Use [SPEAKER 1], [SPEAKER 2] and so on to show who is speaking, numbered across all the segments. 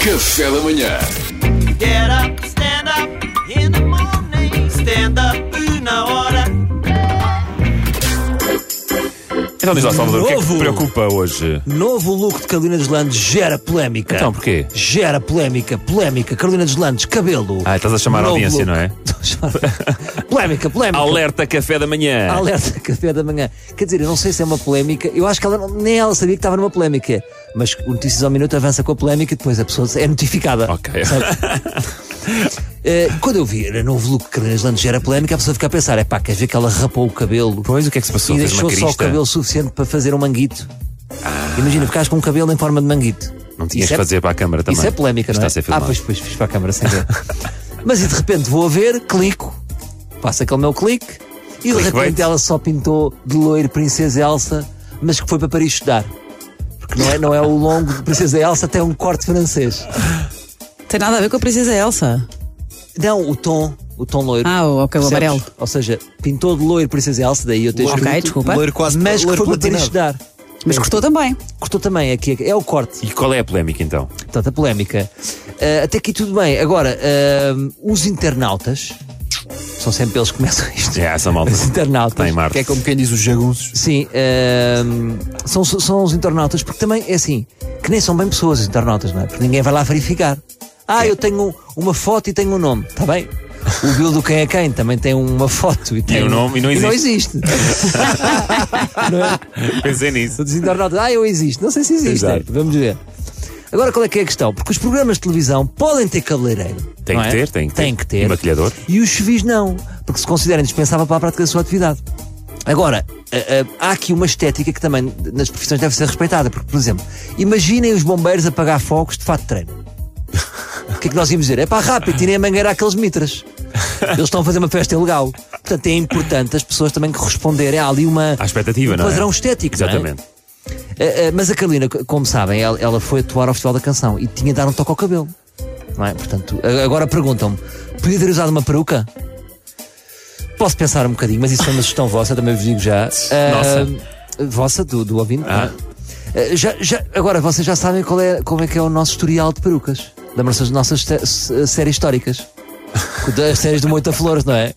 [SPEAKER 1] Café da manhã.
[SPEAKER 2] Get up, stand up in the morning. Stand up na hora.
[SPEAKER 3] Então diz lá, Salvador, o que é que te
[SPEAKER 4] Novo.
[SPEAKER 3] preocupa hoje?
[SPEAKER 4] Novo look de Carolina Deslandes gera polémica.
[SPEAKER 3] Então, porquê?
[SPEAKER 4] Gera polémica, polémica. Carolina Deslandes, cabelo.
[SPEAKER 3] Ah, estás a chamar a
[SPEAKER 4] Novo
[SPEAKER 3] audiência,
[SPEAKER 4] look.
[SPEAKER 3] não é?
[SPEAKER 4] Estou a chamar- polémica, polémica.
[SPEAKER 3] Alerta café da manhã.
[SPEAKER 4] Alerta café da manhã. Quer dizer, eu não sei se é uma polémica. Eu acho que ela não- nem ela sabia que estava numa polémica. Mas o Notícias ao Minuto avança com a polémica e depois a pessoa é notificada.
[SPEAKER 3] Ok.
[SPEAKER 4] Sabe? Eh, quando eu vi o novo look de Carolina Deslandes gera polémica, a pessoa fica a pensar: é pá, queres ver que ela rapou o cabelo?
[SPEAKER 3] Pois, o que é que se passou?
[SPEAKER 4] E
[SPEAKER 3] Fez uma
[SPEAKER 4] deixou só o
[SPEAKER 3] crista?
[SPEAKER 4] cabelo suficiente para fazer um manguito. Imagina, ficares com um cabelo em forma de manguito.
[SPEAKER 3] Não tinhas
[SPEAKER 4] Isso
[SPEAKER 3] que
[SPEAKER 4] é-
[SPEAKER 3] fazer para a câmara também.
[SPEAKER 4] Isso é polémica,
[SPEAKER 3] Está
[SPEAKER 4] não é?
[SPEAKER 3] a ser
[SPEAKER 4] ah,
[SPEAKER 3] filmado.
[SPEAKER 4] pois, pois, fiz para a câmara sem ver. Mas e de repente vou a ver, clico, faço aquele meu clique e de
[SPEAKER 3] Clickbait.
[SPEAKER 4] repente ela só pintou de loiro Princesa Elsa, mas que foi para Paris estudar. Porque não é, não é o longo de Princesa Elsa, tem um corte francês.
[SPEAKER 5] Tem nada a ver com a princesa Elsa.
[SPEAKER 4] Não, o tom, o tom loiro.
[SPEAKER 5] Ah, o- ok, o
[SPEAKER 4] Percebes?
[SPEAKER 5] amarelo.
[SPEAKER 4] Ou seja, pintou de loiro Princesa Elsa, daí eu tenho
[SPEAKER 5] Ok, desculpa.
[SPEAKER 4] Mas que foi para Paris estudar.
[SPEAKER 5] Mas cortou também.
[SPEAKER 4] Cortou também aqui, é o corte.
[SPEAKER 3] E qual é a polémica então?
[SPEAKER 4] Portanto, a polémica. Ah, até aqui tudo bem. Agora, ah, os internautas. São sempre eles que começam isto.
[SPEAKER 3] É essa malta.
[SPEAKER 4] Os internautas. é
[SPEAKER 3] Tem Marte.
[SPEAKER 6] como quem diz os jagunços.
[SPEAKER 4] Sim, ah, são, são os internautas, porque também é assim, que nem são bem pessoas os internautas, não é? Porque ninguém vai lá verificar. Ah, eu tenho uma foto e tenho um nome, está bem? O Bill do Quem é Quem também tem uma foto e tem
[SPEAKER 3] um nome e não
[SPEAKER 4] existe. não é?
[SPEAKER 3] Pensei nisso.
[SPEAKER 4] Todos os internautas, ah, eu existo. Não sei se existem.
[SPEAKER 3] Exato.
[SPEAKER 4] Vamos ver. Agora, qual é que é a questão? Porque os programas de televisão podem ter cabeleireiro.
[SPEAKER 3] Tem
[SPEAKER 4] não
[SPEAKER 3] que
[SPEAKER 4] é?
[SPEAKER 3] ter, tem que ter.
[SPEAKER 4] Tem que ter.
[SPEAKER 3] E maquilhador?
[SPEAKER 4] E os civis não, porque se consideram indispensável para a prática da sua atividade. Agora, a- a- há aqui uma estética que também nas profissões deve ser respeitada. Porque, por exemplo, imaginem os bombeiros apagar fogos de fato de treino. O que é que nós íamos dizer? É pá, rápido, tirem a mangueira àqueles mitras. Eles estão a fazer uma festa ilegal. Portanto, é importante as pessoas também que responderem. Há ali uma,
[SPEAKER 3] Há expectativa,
[SPEAKER 4] um
[SPEAKER 3] não é?
[SPEAKER 4] padrão estético, não é?
[SPEAKER 3] Exatamente.
[SPEAKER 4] Uh, uh, mas a Carolina, c- como sabem, ela, ela foi atuar ao Festival da Canção e tinha de dar um toque ao cabelo. Não é? Portanto, a- agora perguntam-me: podia ter usado uma peruca? Posso pensar um bocadinho, mas isso foi uma sugestão vossa, também vos digo já. Uh, Vossa, do, do ouvinte.
[SPEAKER 3] Ah.
[SPEAKER 4] Uh, já, já- agora, vocês já sabem qual é, como é que é o nosso historial de perucas. Lembram-se das nossas te- s- séries históricas? Das séries do Moita Flores, não é?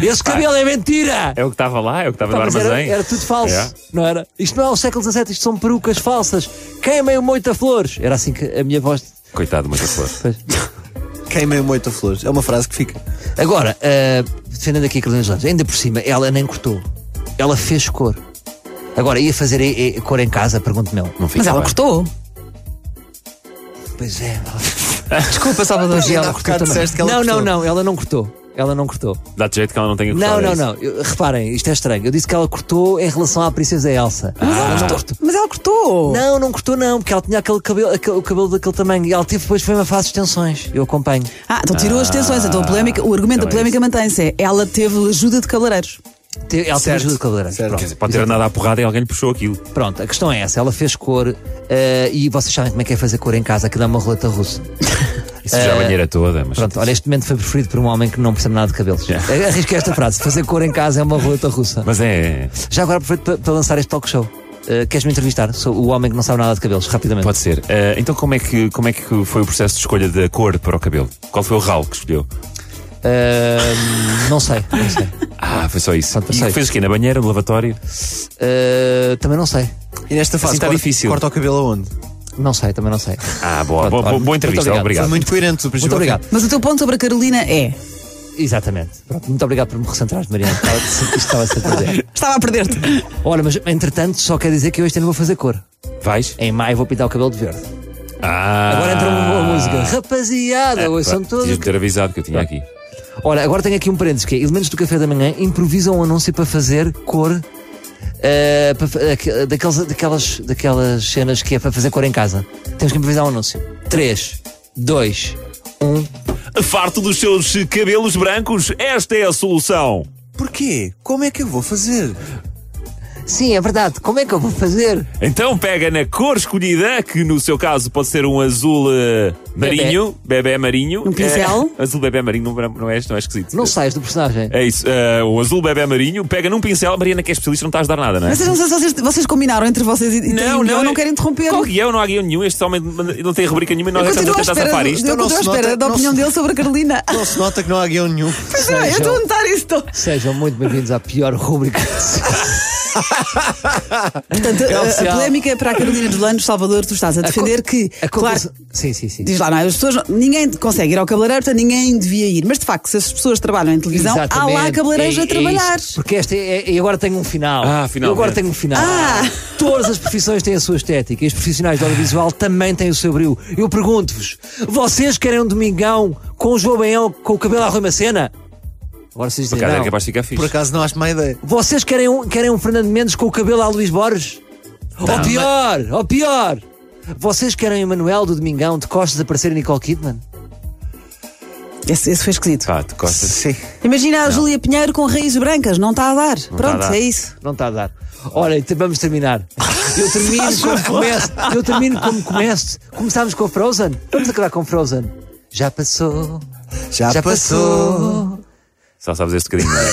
[SPEAKER 4] Esse cabelo é mentira!
[SPEAKER 3] É o que estava lá, é o que estava
[SPEAKER 4] Pá,
[SPEAKER 3] no
[SPEAKER 4] mas
[SPEAKER 3] armazém.
[SPEAKER 4] era, era tudo falso,
[SPEAKER 3] É.
[SPEAKER 4] não era? Isto não é o século XVII, isto são perucas falsas. Queimem o moita flores. Era assim que a minha voz.
[SPEAKER 3] Coitado, muita flor.
[SPEAKER 4] Pois.
[SPEAKER 6] Queimem moita flores. É uma frase que fica.
[SPEAKER 4] Agora, ah, defendendo aqui a Carolina Landes, ainda por cima, ela nem cortou. Ela fez cor. Agora, ia fazer eh, eh, cor em casa, pergunto-me. ele.
[SPEAKER 3] Não fica
[SPEAKER 5] Mas ela
[SPEAKER 3] bem.
[SPEAKER 5] cortou.
[SPEAKER 4] Pois é, ela
[SPEAKER 5] Desculpa, Salvador.
[SPEAKER 4] E ela cortou também.
[SPEAKER 6] disseste que ela
[SPEAKER 4] não,
[SPEAKER 6] cortou.
[SPEAKER 4] não, não, ela não cortou. Ela não cortou.
[SPEAKER 3] Dá-te jeito que ela não tenha
[SPEAKER 4] Não,
[SPEAKER 3] gostado.
[SPEAKER 4] não,
[SPEAKER 3] disso.
[SPEAKER 4] não. Eu- reparem, isto é estranho. Eu disse que ela cortou em relação à princesa Elsa. Mas ela não cortou.
[SPEAKER 5] Mas ela cortou.
[SPEAKER 4] Não, não cortou não, porque ela tinha aquele cabelo, aquele- o cabelo daquele tamanho. E ela teve depois foi uma fase de extensões. Eu acompanho.
[SPEAKER 5] Ah, então tirou as tensões. Então a polémica, o argumento
[SPEAKER 3] então
[SPEAKER 5] da polémica mantém-se. é, Ela teve ajuda de cabeleireiros.
[SPEAKER 4] Te- ela teve ajuda de cabeleireiro.
[SPEAKER 3] Quer
[SPEAKER 6] Certo.
[SPEAKER 4] Pronto.
[SPEAKER 3] dizer, pode ter andado à porrada e alguém lhe puxou aquilo.
[SPEAKER 4] Pronto, a questão é essa. Ela fez cor eh, e vocês sabem como é que é fazer cor em casa, que dá uma roleta russa.
[SPEAKER 3] Isso já a banheira toda, mas.
[SPEAKER 4] Eh, Pronto, olha, este momento foi preferido por um homem que não percebe nada de cabelos.
[SPEAKER 3] Yeah.
[SPEAKER 4] Arrisca esta frase: fazer cor em casa é uma roleta russa.
[SPEAKER 3] Mas é. é-
[SPEAKER 4] Já agora aproveito para, para lançar este talk show. Eh, Queres-me entrevistar? Sou o homem que não sabe nada de cabelos, rapidamente.
[SPEAKER 3] Pode ser. Ah, então, como é, que, como é que foi o processo de escolha da cor para o cabelo? Qual foi o ralo que escolheu?
[SPEAKER 4] Eh, não sei, não sei.
[SPEAKER 3] Ah, foi só isso.
[SPEAKER 4] Pronto, sei.
[SPEAKER 3] E fez o quê? Na banheira, no lavatório?
[SPEAKER 4] Eh, também não sei.
[SPEAKER 6] E nesta fase
[SPEAKER 3] Assim tá
[SPEAKER 6] corta,
[SPEAKER 3] difícil.
[SPEAKER 6] corta o cabelo aonde?
[SPEAKER 4] Não sei, também não sei.
[SPEAKER 3] Ah, boa.
[SPEAKER 4] Pronto,
[SPEAKER 3] boa,
[SPEAKER 4] olha,
[SPEAKER 3] boa, boa
[SPEAKER 4] muito
[SPEAKER 3] entrevista.
[SPEAKER 4] obrigado.
[SPEAKER 6] Foi
[SPEAKER 3] Obrigado.
[SPEAKER 6] muito coerente do princípio
[SPEAKER 4] Muito
[SPEAKER 6] ao fim.
[SPEAKER 4] obrigado.
[SPEAKER 5] Mas o teu ponto sobre a Carolina é.
[SPEAKER 4] Exatamente. Pronto, muito obrigado por me recentrar, Mariana. Estava- Isto estava a ser prazer.
[SPEAKER 5] Estava a perder-te.
[SPEAKER 4] Olha, mas entretanto, só quer dizer que eu este ano vou fazer cor.
[SPEAKER 3] Vais?
[SPEAKER 4] Em maio vou pintar o cabelo de verde.
[SPEAKER 3] Ah.
[SPEAKER 4] Agora entra uma boa música. É Rapaziada, hoje são todos.
[SPEAKER 3] Tinha Ah, ter avisado que eu tinha aqui.
[SPEAKER 4] Olha, agora tenho aqui um parênteses que é elementos do café da manhã improvisam um anúncio para fazer cor. eh, para fa- aqu- daqueles- daquelas, daquelas cenas que é para fazer cor em casa. Temos que improvisar um anúncio. 3, 2, 1.
[SPEAKER 3] Farto dos seus cabelos brancos, esta é a solução.
[SPEAKER 6] Porquê? Como é que eu vou fazer?
[SPEAKER 4] Sim, é verdade. Como é que eu vou fazer?
[SPEAKER 3] Então pega na cor escolhida, que no seu caso pode ser um azul eh, marinho, bebê, marinho.
[SPEAKER 5] Um pincel.
[SPEAKER 3] Eh, azul bebê marinho não, não, é, não é esquisito.
[SPEAKER 4] Não saias do personagem.
[SPEAKER 3] É isso, eh, o azul bebê marinho, pega num pincel, Mariana que é especialista, não estás a dar nada, não é?
[SPEAKER 5] Mas eu não sei se vocês, vocês combinaram entre vocês e, e têm
[SPEAKER 3] Não,
[SPEAKER 5] guião,
[SPEAKER 3] não,
[SPEAKER 5] não,
[SPEAKER 3] é-
[SPEAKER 5] quero interromper.
[SPEAKER 3] Qual guião? Não há guião nenhum. Este homem não tem rubrica nenhuma e nós
[SPEAKER 5] eu
[SPEAKER 3] já estamos
[SPEAKER 5] continuo
[SPEAKER 3] a
[SPEAKER 5] à
[SPEAKER 3] tentar
[SPEAKER 5] espera,
[SPEAKER 3] safar
[SPEAKER 5] do-
[SPEAKER 3] isto.
[SPEAKER 5] eu
[SPEAKER 6] Não
[SPEAKER 5] continuo à
[SPEAKER 6] se nota,
[SPEAKER 5] espera da
[SPEAKER 6] não se-
[SPEAKER 5] opinião dele sobre a Carolina.
[SPEAKER 6] Não se nota que não há guião nenhum.
[SPEAKER 5] Pois não, eu
[SPEAKER 4] Sejam-
[SPEAKER 5] estou a notar isso. estou-
[SPEAKER 4] Sejam muito bem-vindos à pior rúbrica.
[SPEAKER 5] Portanto, a- a,
[SPEAKER 4] oficial.
[SPEAKER 5] polémica para a Carolina dos Lanos, Salvador, tu estás a defender
[SPEAKER 4] co-
[SPEAKER 5] que,
[SPEAKER 4] a
[SPEAKER 5] claro,
[SPEAKER 4] conclusão- Sim, sim, sim.
[SPEAKER 5] diz lá, não, é? as pessoas, não- ninguém consegue ir ao cabeleireiro, portanto, ninguém devia ir. Mas, de facto, se as pessoas trabalham em televisão, há lá
[SPEAKER 4] Exatamente.
[SPEAKER 5] cabeleireiros
[SPEAKER 4] É- é
[SPEAKER 5] a trabalhar.
[SPEAKER 4] isso. Porque esta é, é- eu agora tenho um final.
[SPEAKER 3] Ah, finalmente.
[SPEAKER 4] Eu agora tenho um final.
[SPEAKER 5] Ah.
[SPEAKER 4] Todas as profissões têm a sua estética e os profissionais do audiovisual também têm o seu brilho. Eu pergunto-vos: vocês querem um domingão com o João Baião com o cabelo à Rui Macena? Agora vocês dizem.
[SPEAKER 3] Cara, é
[SPEAKER 4] não.
[SPEAKER 3] capaz de ficar
[SPEAKER 6] Por
[SPEAKER 3] fixe.
[SPEAKER 6] acaso não acho má ideia.
[SPEAKER 4] Vocês querem um, querem um Fernando Mendes com o cabelo a Luís Borges? ou pior, ou pior! Vocês querem o Manuel do Domingão de costas a parecer a Nicole Kidman?
[SPEAKER 5] Esse, esse foi esquisito.
[SPEAKER 3] Pá, tu gostas.
[SPEAKER 6] Sim.
[SPEAKER 5] Imagina a Júlia Pinheiro com raízes brancas, não está a dar. Pronto,
[SPEAKER 3] dar.
[SPEAKER 5] é isso.
[SPEAKER 4] Não está a dar. Ora, então vamos terminar. Eu termino como começo. Eu termino como começo. Começámos com a Frozen. Vamos acabar com Frozen. Já passou.
[SPEAKER 6] Já,
[SPEAKER 4] Já
[SPEAKER 6] passou.
[SPEAKER 4] passou.
[SPEAKER 3] Só sabes este bocadinho, não é?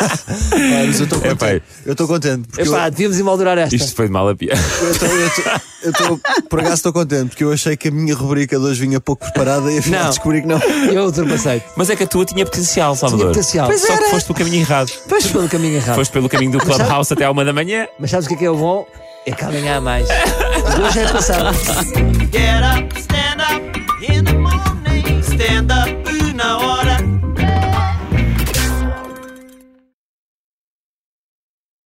[SPEAKER 6] Ah, mas eu estou
[SPEAKER 3] Epá,
[SPEAKER 6] contente. Eu estou contente. Porque eu-
[SPEAKER 4] Epá, devíamos emoldurar esta.
[SPEAKER 3] Isto foi de mal a piada.
[SPEAKER 6] eu estou- eu estou- eu estou- Por acaso estou contente, porque eu achei que a minha rubrica de hoje vinha pouco preparada e afinal
[SPEAKER 4] Não.
[SPEAKER 6] descobri que não.
[SPEAKER 4] Eu ultrapassei.
[SPEAKER 3] Mas é que a tua tinha potencial, Salvador.
[SPEAKER 4] potencial.
[SPEAKER 5] Pois
[SPEAKER 3] Só que
[SPEAKER 5] era.
[SPEAKER 3] foste pelo caminho errado.
[SPEAKER 4] Pois pelo caminho errado.
[SPEAKER 3] Foste pelo caminho do Clubhouse até à uma da manhã.
[SPEAKER 4] Mas sabes o que é que é o bom? É que amanhã há mais. Hoje é passado.
[SPEAKER 2] Get up, stand up in the morning, stand up,